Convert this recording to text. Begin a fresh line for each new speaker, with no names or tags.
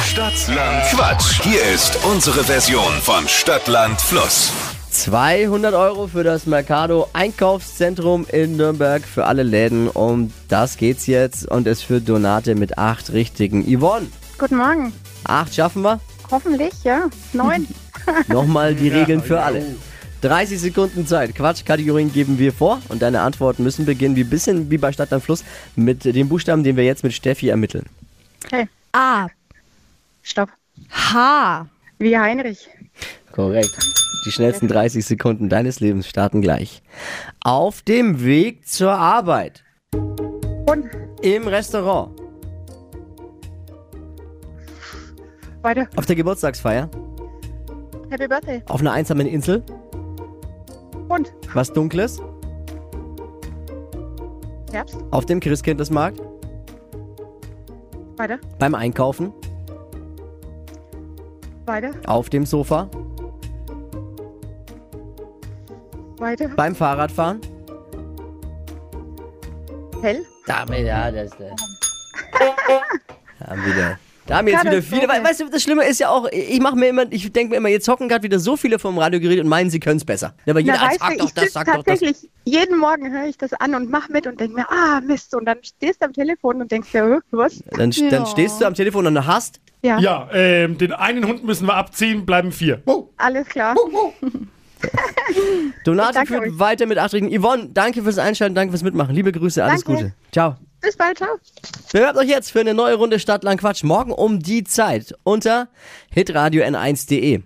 Stadtland Quatsch. Hier ist unsere Version von Stadtland Fluss.
200 Euro für das Mercado Einkaufszentrum in Nürnberg für alle Läden. Um das geht's jetzt und es für Donate mit acht richtigen. Yvonne,
Guten Morgen.
acht schaffen wir.
Hoffentlich, ja. Neun.
Nochmal die Regeln für alle. 30 Sekunden Zeit. Quatschkategorien geben wir vor und deine Antworten müssen beginnen, wie bisschen wie bei Stadt am Fluss, mit dem Buchstaben, den wir jetzt mit Steffi ermitteln.
Okay,
A.
stopp.
H.
Wie Heinrich.
Korrekt. Die schnellsten 30 Sekunden deines Lebens starten gleich. Auf dem Weg zur Arbeit,
Und
im Restaurant,
weiter.
auf der Geburtstagsfeier,
Happy Birthday.
auf einer einsamen Insel,
Und
was Dunkles,
Herbst.
auf dem Christkindlesmarkt,
Weiter.
beim Einkaufen,
Weiter.
auf dem Sofa,
Weiter.
beim Fahrradfahren.
Hell.
Damit, ja, das ist der. Haben wieder. Da haben wir jetzt
Ja,
wieder
das ist
viele.
okay.
Weißt du, das Schlimme ist ja auch, ich mache mir immer, ich denke mir immer, jetzt hocken gerade wieder so viele vom Radiogerät und meinen, sie können es besser. Aber jeder
Na, weißt
sagt
du,
doch
ich
das,
sitz
sagt doch das.
tatsächlich, jeden Morgen höre ich das an und mach mit und denke mir, ah, Mist. Und dann stehst du am Telefon und denkst dir, äh, was?
Dann, dann
Ja.
stehst du am Telefon und hast
Ja,
Ja, ähm, den einen Hund müssen wir abziehen, bleiben vier.
alles klar.
Donate
Danke
führt
euch.
weiter mit Achtrigen. Yvonne, danke fürs Einschalten, danke fürs Mitmachen. Liebe Grüße, alles
Danke.
Gute. Ciao.
Bis bald, ciao.
Bewerbt euch jetzt für eine neue Runde Stadtland Quatsch morgen um die Zeit unter hitradio n1.de.